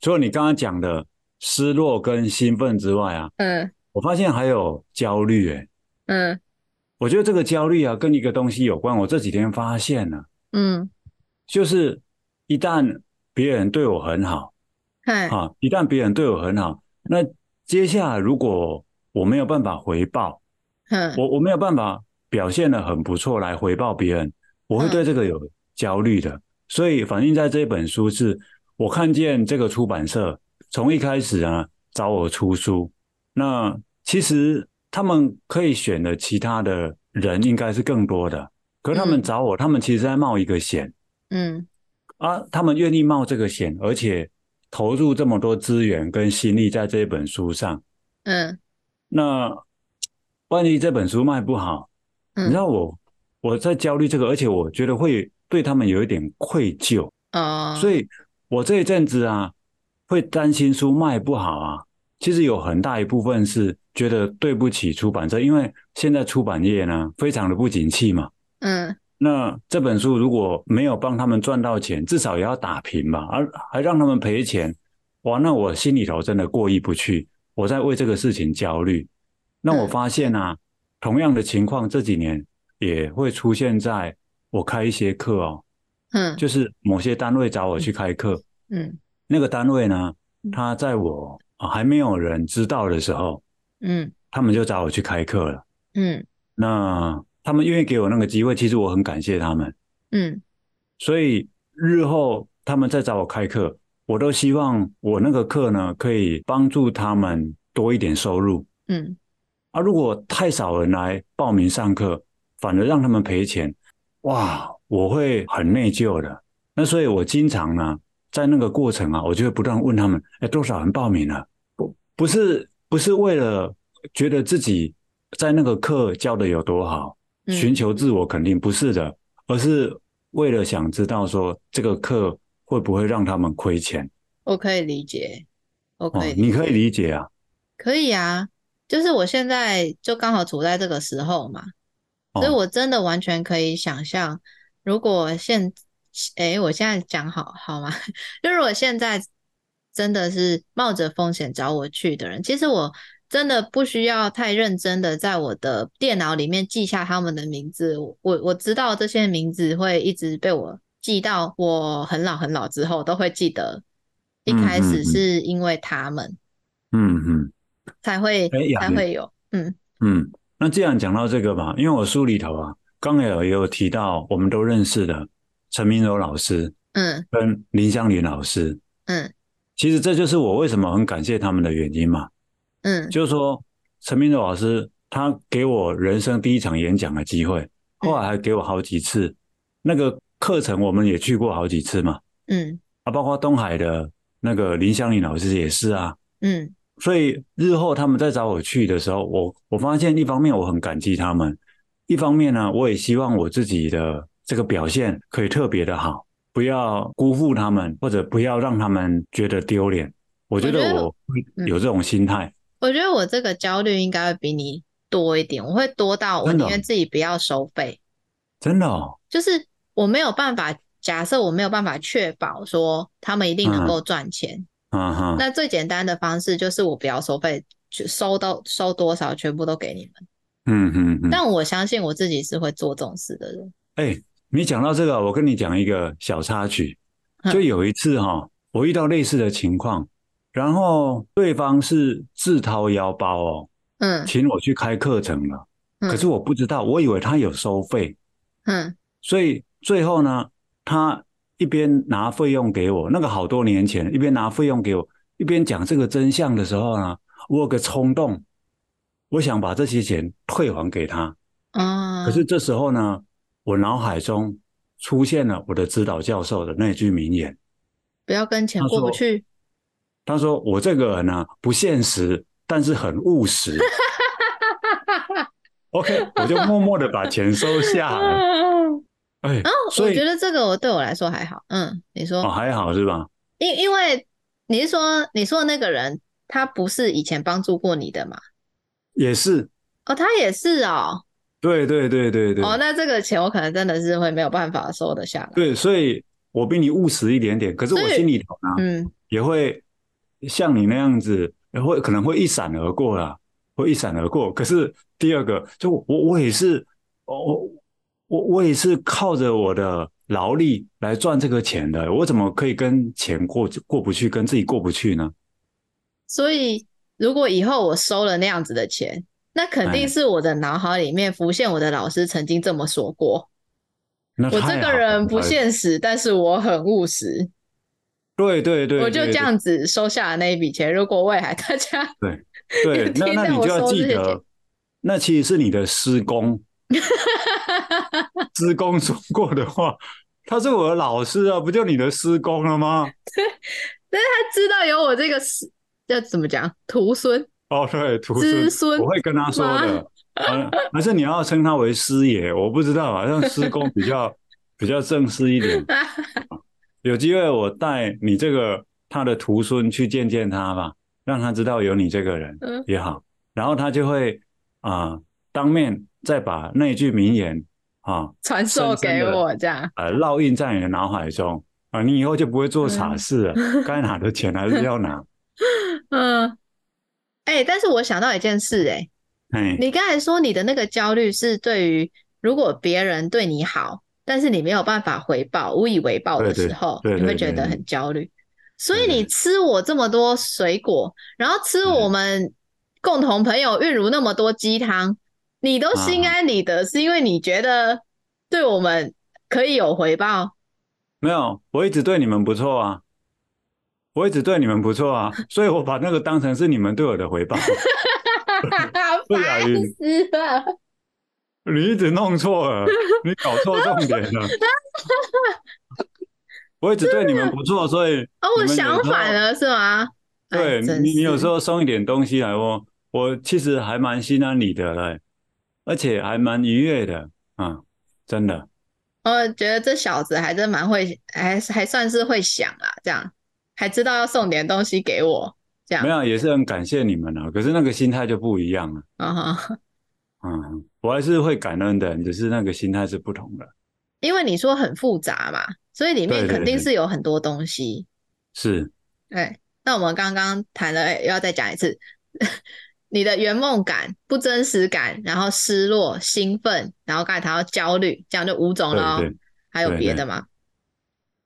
除了你刚刚讲的失落跟兴奋之外啊，嗯我发现还有焦虑、哎，嗯我觉得这个焦虑啊，跟一个东西有关。我这几天发现了、嗯，就是一旦别人对我很好嗨，啊，一旦别人对我很好，那接下来如果我没有办法回报，嗯我我没有办法表现的很不错来回报别人，我会对这个有焦虑的。所以反映在这本书是，我看见这个出版社从一开始啊找我出书，那其实他们可以选的其他的人应该是更多的，可是他们嗯找我，他们其实在冒一个险嗯啊，他们愿意冒这个险，而且投入这么多资源跟心力在这一本书上，嗯那万一这本书卖不好，嗯你知道我我在焦虑这个，而且我觉得会对他们有一点愧疚，哦，所以以我这一阵子啊，会担心书卖不好啊。其实有很大一部分是觉得对不起出版社，因为现在出版业呢非常的不景气嘛。嗯那这本书如果没有帮他们赚到钱，至少也要打平吧，而还让他们赔钱，哇，那我心里头真的过意不去，我在为这个事情焦虑。那我嗯发现啊，同样的情况这几年也会出现在我开一些课哦，嗯就是某些单位找我去开课，嗯那个单位呢嗯，他在我啊还没有人知道的时候，嗯他们就找我去开课了。嗯那他们愿意给我那个机会，其实我很感谢他们。嗯所以日后他们再找我开课，我都希望我那个课呢可以帮助他们多一点收入嗯啊。如果太少人来报名上课，反而让他们赔钱，哇，我会很内疚的。那所以我经常呢，在那个过程啊，我就会不断问他们：哎，多少人报名了？不，不是不是为了觉得自己在那个课教的有多好，嗯寻求自我肯定不是的，而是为了想知道说这个课会不会让他们亏钱我可以理解，我哦可以，理你可以理解啊，可以啊，就是我现在就刚好处在这个时候嘛，所以哦我真的完全可以想象，如果现，诶，我现在讲好好吗？ *laughs* 就如果现在真的是冒着风险找我去的人，其实我真的不需要太认真的在我的电脑里面记下他们的名字，我我我知道这些名字会一直被我记到我很老很老之后都会记得，一嗯开嗯始嗯是因为他们。嗯嗯才会哎雅才玲会有，嗯嗯。那既然讲到这个吧，因为我书里头啊，刚也有也有提到我们都认识的陈明柔老师嗯跟林香林老师，嗯其实这就是我为什么很感谢他们的原因嘛，嗯就是说陈明柔老师他给我人生第一场演讲的机会，后来还给我好几次，那个课程我们也去过好几次嘛，嗯啊，包括东海的那个林香林老师也是啊。嗯所以日后他们再找我去的时候，我我发现一方面我很感激他们，一方面呢，我也希望我自己的这个表现可以特别的好，不要辜负他们，或者不要让他们觉得丢脸。我觉我觉得得我嗯会有这种心态，我觉得我这个焦虑应该会比你多一点，我会多到我真的宁哦愿自己不要收费，真的哦，就是我没有办法，假设我没有办法确保说他们一定能嗯够赚钱，啊哈，那最简单的方式就是我不要收费，去收到收多少全部都给你们。嗯嗯嗯。但我相信我自己是会做这种事的人，哎，你讲到这个，我跟你讲一个小插曲，嗯就有一次哈、我遇到类似的情况，然后对方是自掏腰包哦，嗯请我去开课程了，嗯可是我不知道，我以为他有收费，嗯所以最后呢，他一边拿费用给我，那个好多年前，一边拿费用给我，一边讲这个真相的时候呢，我有个冲动，我想把这些钱退还给他。啊，可是这时候呢，我脑海中出现了我的指导教授的那句名言，不要跟钱他过不说去，他说：“我这个人呢、不现实，但是很务实。”OK，我就默默的把钱收下来。嗯哎，然后所我以觉得这个我对我来说还好，嗯，你说，哦还好是吧？因因为你是说你说的那个人他不是以前帮助过你的嘛？也是，哦，他也是哦，对对对对对、哦，那这个钱我可能真的是会没有办法收得下来，对，所以我比你务实一点点，可是我所以心里头呢、嗯也会像你那样子，会可能会一闪而过啦，会一闪而过。可是第二个，就我我也是，我我我也是靠着我的劳力来赚这个钱的，我怎么可以跟钱过过不去，跟自己过不去呢？所以如果以后我收了那样子的钱，那肯定哎是我的脑海里面浮现我的老师曾经这么说过，那我太这个好人不了哎现实，但是我很务实，对对对，我就对这，样子收下了那一笔钱。如果未来大家 *laughs* 有对，那听那到你我就要说记这些 *laughs* 得，那其实是你的师公师公说过的话，他是我的老师啊，不就你的师公了吗？他知道有我这个是要怎么讲徒孙，哦，对，徒子孙，孙我会跟他说吗的。啊，还是你要称他为师爷？我不知道，好像师公比较比较正式一 *laughs* 点。有机会我带你这个他的徒孙去见见他吧，让他知道有你这个人嗯也好，然后他就会啊、当面再把那句名言啊传授深深给地我这样。呃烙印在你的脑海中啊、你以后就不会做 *laughs* 傻事了，该拿的钱还是要拿。嗯，哎、但是我想到一件事、哎，哎，你刚才说你的那个焦虑是对于如果别人对你好，但是你没有办法回报，无以为报的对对时候，对你会对觉对得对很焦虑。所以对嗯你吃我这么多水果，然后吃我们共同朋友韵如那么多鸡汤，你都心啊安理得，是因为你觉得对我们可以有回 *laughs* 报。没有，我一直对你们不错啊，我一直对你们不 *laughs* 错啊，所以我把那个当成是你们对我的回报。 *laughs* 对啊烦云死了！你一直弄 *laughs* 错了，你搞错重点了。我一直对你们不错，所以哦，我你们有想时候反了是吗？哎对真你，你有是时候送一点东西来我，我其实还蛮心安理得的，而且还蛮愉悦的啊、嗯真的。我哦觉得这小子还真蛮会，还还算是会想啦，这样还知道要送点东西给我，这样没，有，也是很感谢你们啊，可是那个心态就不一样了。嗯哼， *laughs* 嗯，我还是会感恩的，只是那个心态是不同的。因为你说很复杂嘛，所以里面对对肯定对是有很多东西。是，对，那我们刚刚谈了，又要再讲一次， *laughs* 你的圆梦感、不真实感，然后失落、兴奋，然后刚才谈到焦虑，这样就五种对了。哦对。还有对别对的吗？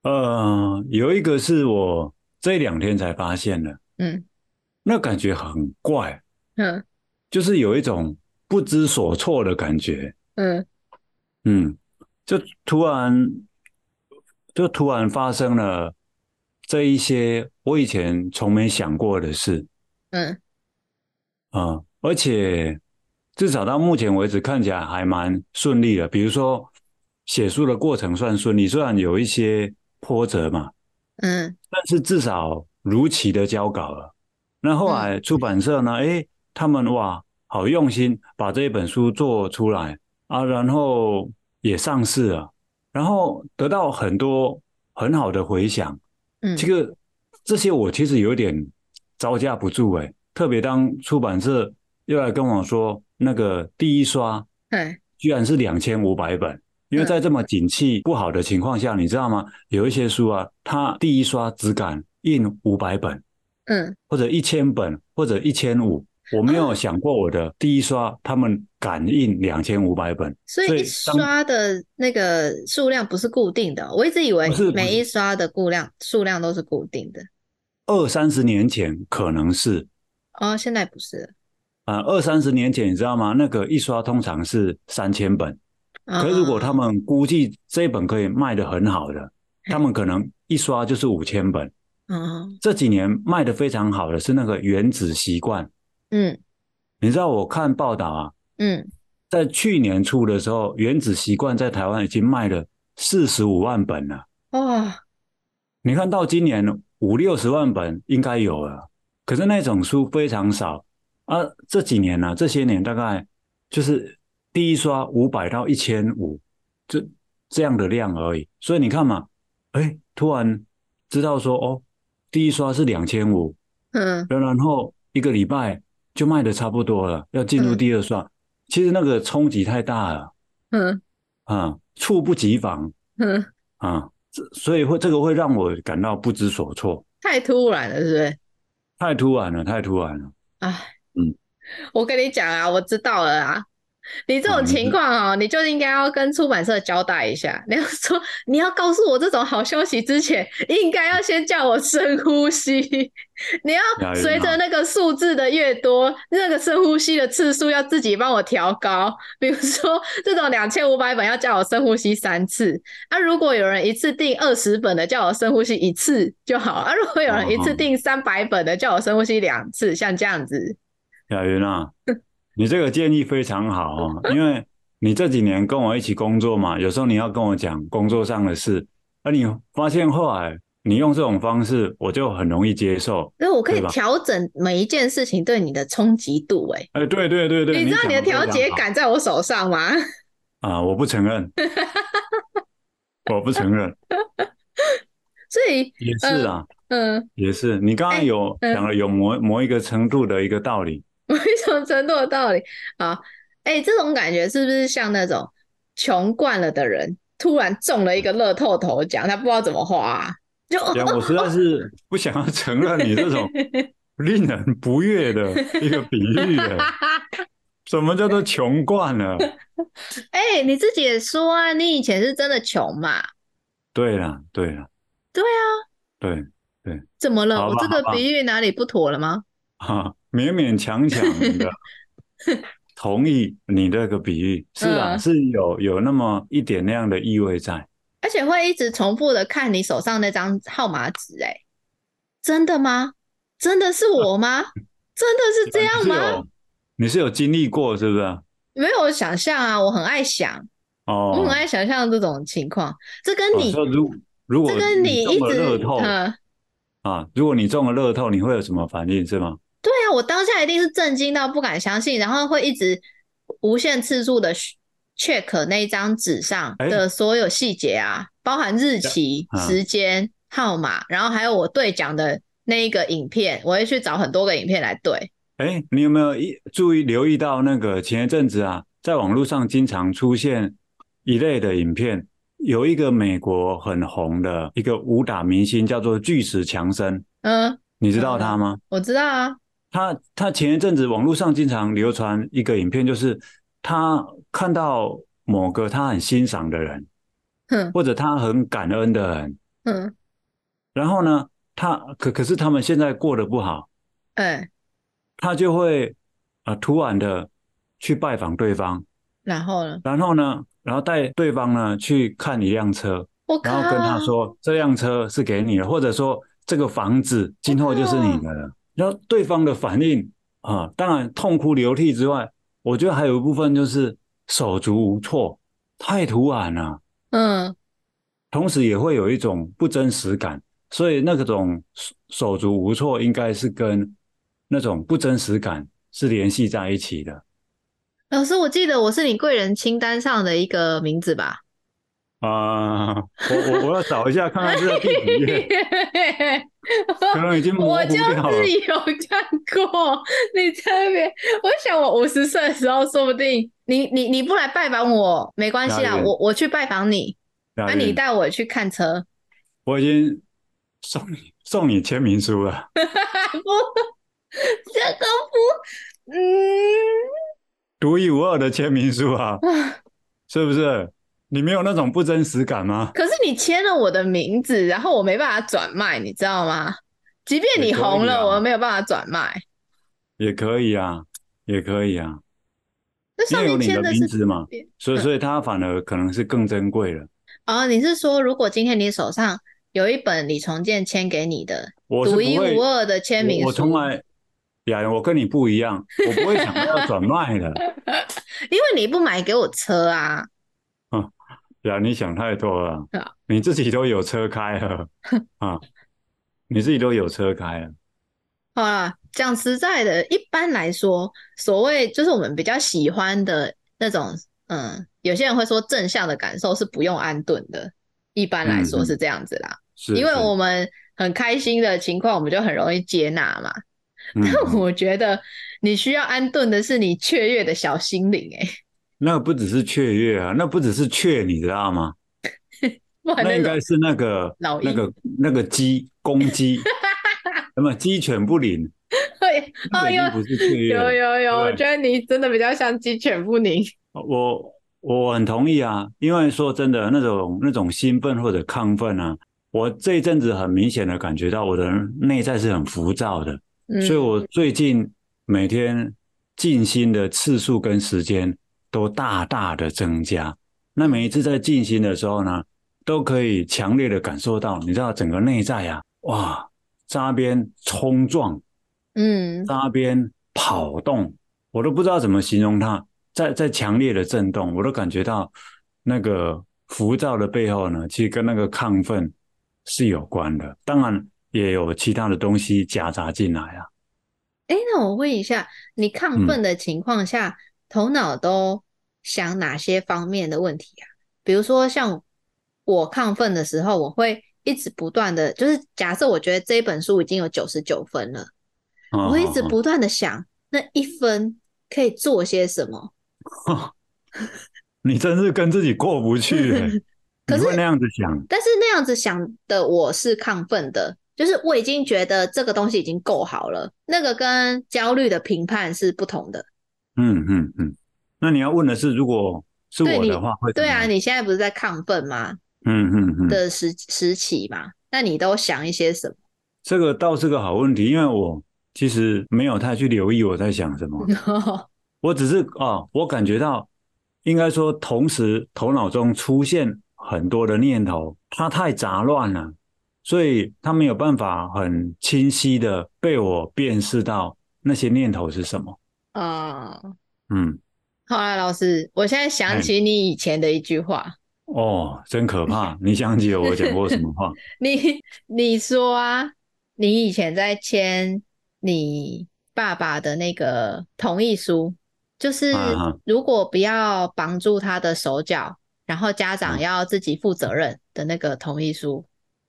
呃，有一个是我这两天才发现的，嗯那感觉很怪。嗯就是有一种不知所措的感觉，嗯嗯，就突然就突然发生了这一些我以前从没想过的事嗯啊、而且至少到目前为止看起来还蛮顺利的。比如说写书的过程算顺利，虽然有一些波折嘛，嗯但是至少如期的交稿了。那后来出版社呢？诶，他们哇，好用心把这一本书做出来啊，然后也上市了，然后得到很多很好的回响。嗯，这个这些我其实有点招架不住诶，特别当出版社又来跟我说，那个第一刷对，居然是两千五百本。因为在这么景气不好的情况下，你知道吗？有一些书啊，它第一刷只敢印五百本，嗯或者一千本，或者一千五。我没有想过我的第一刷，他们敢印两千五百本，所以所一以当刷的那个数量不是固定的哦，我一直以为不是不每是一刷的固量数量都是固定的。二三十年前可能是哦，现在不是了。啊，二三十年前你知道吗？那个一刷通常是三千本，可是如果他哦们估计这一本可以卖得很好的，嘿他们可能一刷就是五千本。哦，这几年卖得非常好的是那个《原子习惯》，嗯你知道我看报道啊，嗯，在去年初的时候，《原子习惯》在台湾已经卖了四十五万本了。嗯哇，你看到今年五六十万本应该有了，可是那种书非常少啊。这几年呢、这些年大概就是第一刷五百到一千五，这这样的量而已。所以你看嘛，哎，突然知道说哦，第一刷是两千五，嗯然后一个礼拜就卖的差不多了，要进入嗯第二刷，其实那个冲击太大了嗯啊，猝不及防嗯，啊，这所以会这个会让我感到不知所措，太突然了，是不是？太突然了，太突然了。哎，嗯，我跟你讲啊，我知道了啊。你这种嗯情况哦，你就应该要跟出版社交代一下。 *laughs* 你要说你要告诉我这种好消息之前，应该要先叫我深呼吸。 *laughs* 你要呀随着那个数字的越多，那个深呼吸的次数要自己帮我调高。比如说这种两千五百本要叫我深呼吸三次，啊，如果有人一次订二十本的，叫我深呼吸一次就好；啊，如果有人一次哦订三百本的，叫我深呼吸两次，像这样子。嗯雅云啊，你这个建议非常好哦，因为你这几年跟我一起工作嘛，有时候你要跟我讲工作上的事，而你发现后来你用这种方式，我就很容易接受。因为我可以对吧调整每一件事情对你的冲击度、欸。哎，对对对对，你知道你的讲得调非常节好感在我手上吗？ *laughs* 啊、我不承认，我不 *laughs* 承认，所以，也是啊，嗯，也是。你刚哎刚有嗯讲了有某某一个程度的一个道理，某一种程度的道理啊，哎、这种感觉是不是像那种穷惯了的人突然中了一个乐透头奖，他不知道怎么花、啊，就哦讲我实在是不想要承认你这种令人不悦的一个比喻耶。什么叫做穷惯了？ *laughs* 哎、你自己也说啊，你以前是真的穷嘛？对了，对了，对啊，对怎么了？好我吧这好个吧比喻哪里不妥了吗？啊，勉勉强强 *laughs* 的同意你这个比喻，是啊，嗯是有有那么一点那样的意味在。而且会一直重复的看你手上那张号码纸、哎，真的吗？真的是我吗？ *laughs* 真的是这样你是吗？有？你是有经历过是不是？没有想象啊，我很爱想，哦，我很爱想象这种情况。这跟哦你，说如如果这跟你一中了直，乐透嗯，啊，如果你中了乐透，你会有什么反应是吗？对啊，我当下一定是震惊到不敢相信，然后会一直无限次数的 check 那一张纸上哎的所有细节啊，包含日期、嗯时间、号码，然后还有我兑奖的那一个影片，我会去找很多个影片来对。哎，你有没有一注意留意到那个前一阵子啊，在网络上经常出现一类的影片，有一个美国很红的一个武打明星叫做巨石强森，嗯，你知道他吗？我知道啊，他他前一阵子网络上经常流传一个影片，就是他看到某个他很欣赏的人，哼或者他很感恩的人，哼，然后呢，他可可是他们现在过得不好，哎，他就会啊、呃突然的去拜访对方，然后呢？然后呢，然后带对方呢去看一辆车，我靠，然后跟他说这辆车是给你的，或者说这个房子今后就是你的了。然后对方的反应啊，当然痛哭流涕之外，我觉得还有一部分就是手足无措，太突然了。嗯，同时也会有一种不真实感，所以那个种手手足无措应该是跟那种不真实感是联系在一起的老师，我记得我是你贵人清单上的一个名字吧？啊、我我我要找一下看看这个第几页， *laughs* 可能已经模我糊就掉了。是有看过你在那边，我想我五十岁的时候，说不定你你你不来拜访我没关系哪啊，里我我去拜访你，那那、你带我去看车， *laughs* 我已经送你送你签名书了，不，这个不，嗯，独一无二的签名书啊，是不是？你没有那种不真实感吗？可是你签了我的名字，然后我没办法转卖，你知道吗？即便你也可以红了，啊我没有办法转卖。也可以啊，也可以啊，那因上为有面你签的的名是嗯字嘛别，所以所以它反而可能是更珍贵了。哦，你是说如果今天你手上有一本李重建签给你的我是独不一会无二的签名我书，我从来，雅人，我跟你不一样，我不会想到要转卖 *laughs* 的。因为你不买给我车啊，雅人，你想太多了是啊，你自己都有车开 *laughs* 了啊，你自己都有车开了。好啦，啊讲实在的，一般来说，所谓就是我们比较喜欢的那种，嗯，有些人会说正向的感受是不用安顿的，一般来说嗯嗯是这样子啦，是，因为是我们很开心的情况，我们就很容易接纳嘛。嗯但嗯我觉得你需要安顿的是你雀跃的小心灵、欸，那不只是雀跃啊，那不只是雀，你知道吗？不然那那种应该是那个老鹰那个那个鸡公 *laughs* 鸡，那么鸡犬不宁，会那哦个已有经不是雀跃有了。有有，我对觉得你真的比较像鸡犬不宁。哦我我很同意啊，因为说真的，那种那种兴奋或者亢奋啊，我这一阵子很明显的感觉到我的内在是很浮躁的，嗯，所以我最近每天静心的次数跟时间都大大的增加。那每一次在静心的时候呢，都可以强烈的感受到，你知道整个内在啊，哇，在那边冲撞，嗯，在那边跑动，我都不知道怎么形容它。再再强烈的震动，我都感觉到那个浮躁的背后呢，其实跟那个亢奋是有关的。当然也有其他的东西夹杂进来啊。哎，那我问一下，你亢奋的情况下，头脑都想哪些方面的问题啊？比如说，像我亢奋的时候，我会一直不断的，就是假设我觉得这一本书已经有九十九分了，我我会一直不断的想那一分可以做些什么。你真是跟自己过不 *laughs* 去、欸，可你是会那样子想，但是那样子想的我是亢奋的，就是我已经觉得这个东西已经够好了，那个跟焦虑的评判是不同的。嗯嗯嗯。那你要问的是，如果是对我你的话，会怎对么啊，样，你现在不是在亢奋吗？嗯嗯嗯，的时时期嘛，那你都想一些什么？这个倒是个好问题，因为我其实没有太去留意我在想什么， *laughs* 我只是哦，我感觉到，应该说，同时头脑中出现很多的念头，它太杂乱了，所以它没有办法很清晰的被我辨识到那些念头是什么。啊、嗯，好啦，老师，我现在哎想起你以前的一句话，哦，真可怕！你想起我讲过什么话？你你说啊，你以前在签你爸爸的那个同意书，就是啊哈如果不要绑住他的手脚，然后家长嗯要自己负责任的那个同意书，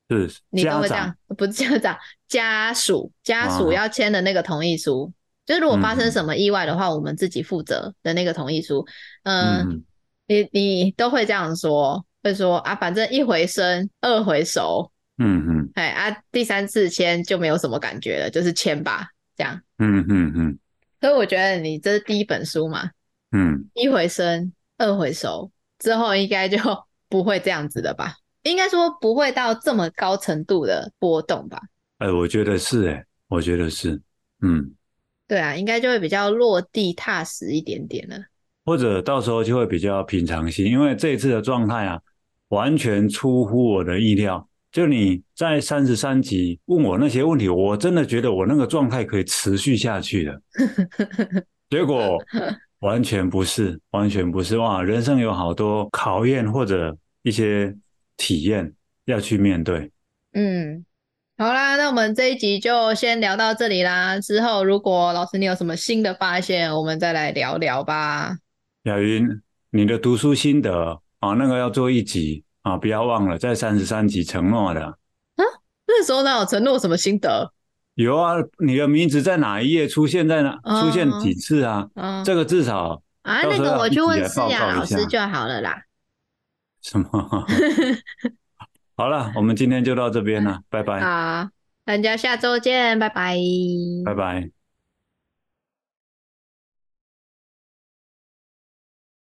是你都家会这长样，不是家长，家属家属啊要签的那个同意书，就是如果发生嗯什么意外的话，我们自己负责的那个同意书。嗯，嗯你你都会这样说，会说啊，反正一回生，二回熟，嗯嗯哎啊，第三次签就没有什么感觉了，就是签吧，这样。嗯嗯嗯所以我觉得你这是第一本书嘛，嗯，一回生，二回熟之后，应该就 *laughs* 不会这样子的吧？应该说不会到这么高程度的波动吧？哎，我觉得是哎，我觉得是，嗯。对啊，应该就会比较落地踏实一点点了。或者到时候就会比较平常心，因为这一次的状态啊，完全出乎我的意料。就你在三十三集问我那些问题，我真的觉得我那个状态可以持续下去的，结果完全不是，完全不是哇！人生有好多考验或者一些体验要去面对。嗯，好啦，那我们这一集就先聊到这里啦。之后如果老师你有什么新的发现，我们再来聊聊吧。雅云，你的读书心得啊，那个要做一集啊，不要忘了在三十三集承诺的。那时候哪有承诺什么心得？有啊，你的名字在哪一页出现在哪？哦出现几次啊？嗯这个至少啊，到那时候个要我一起去问来思报告雅一老师下就好了啦。什么？ *laughs* 好了，我们今天就到这边了，拜拜，好，大家下周见，拜拜。拜拜。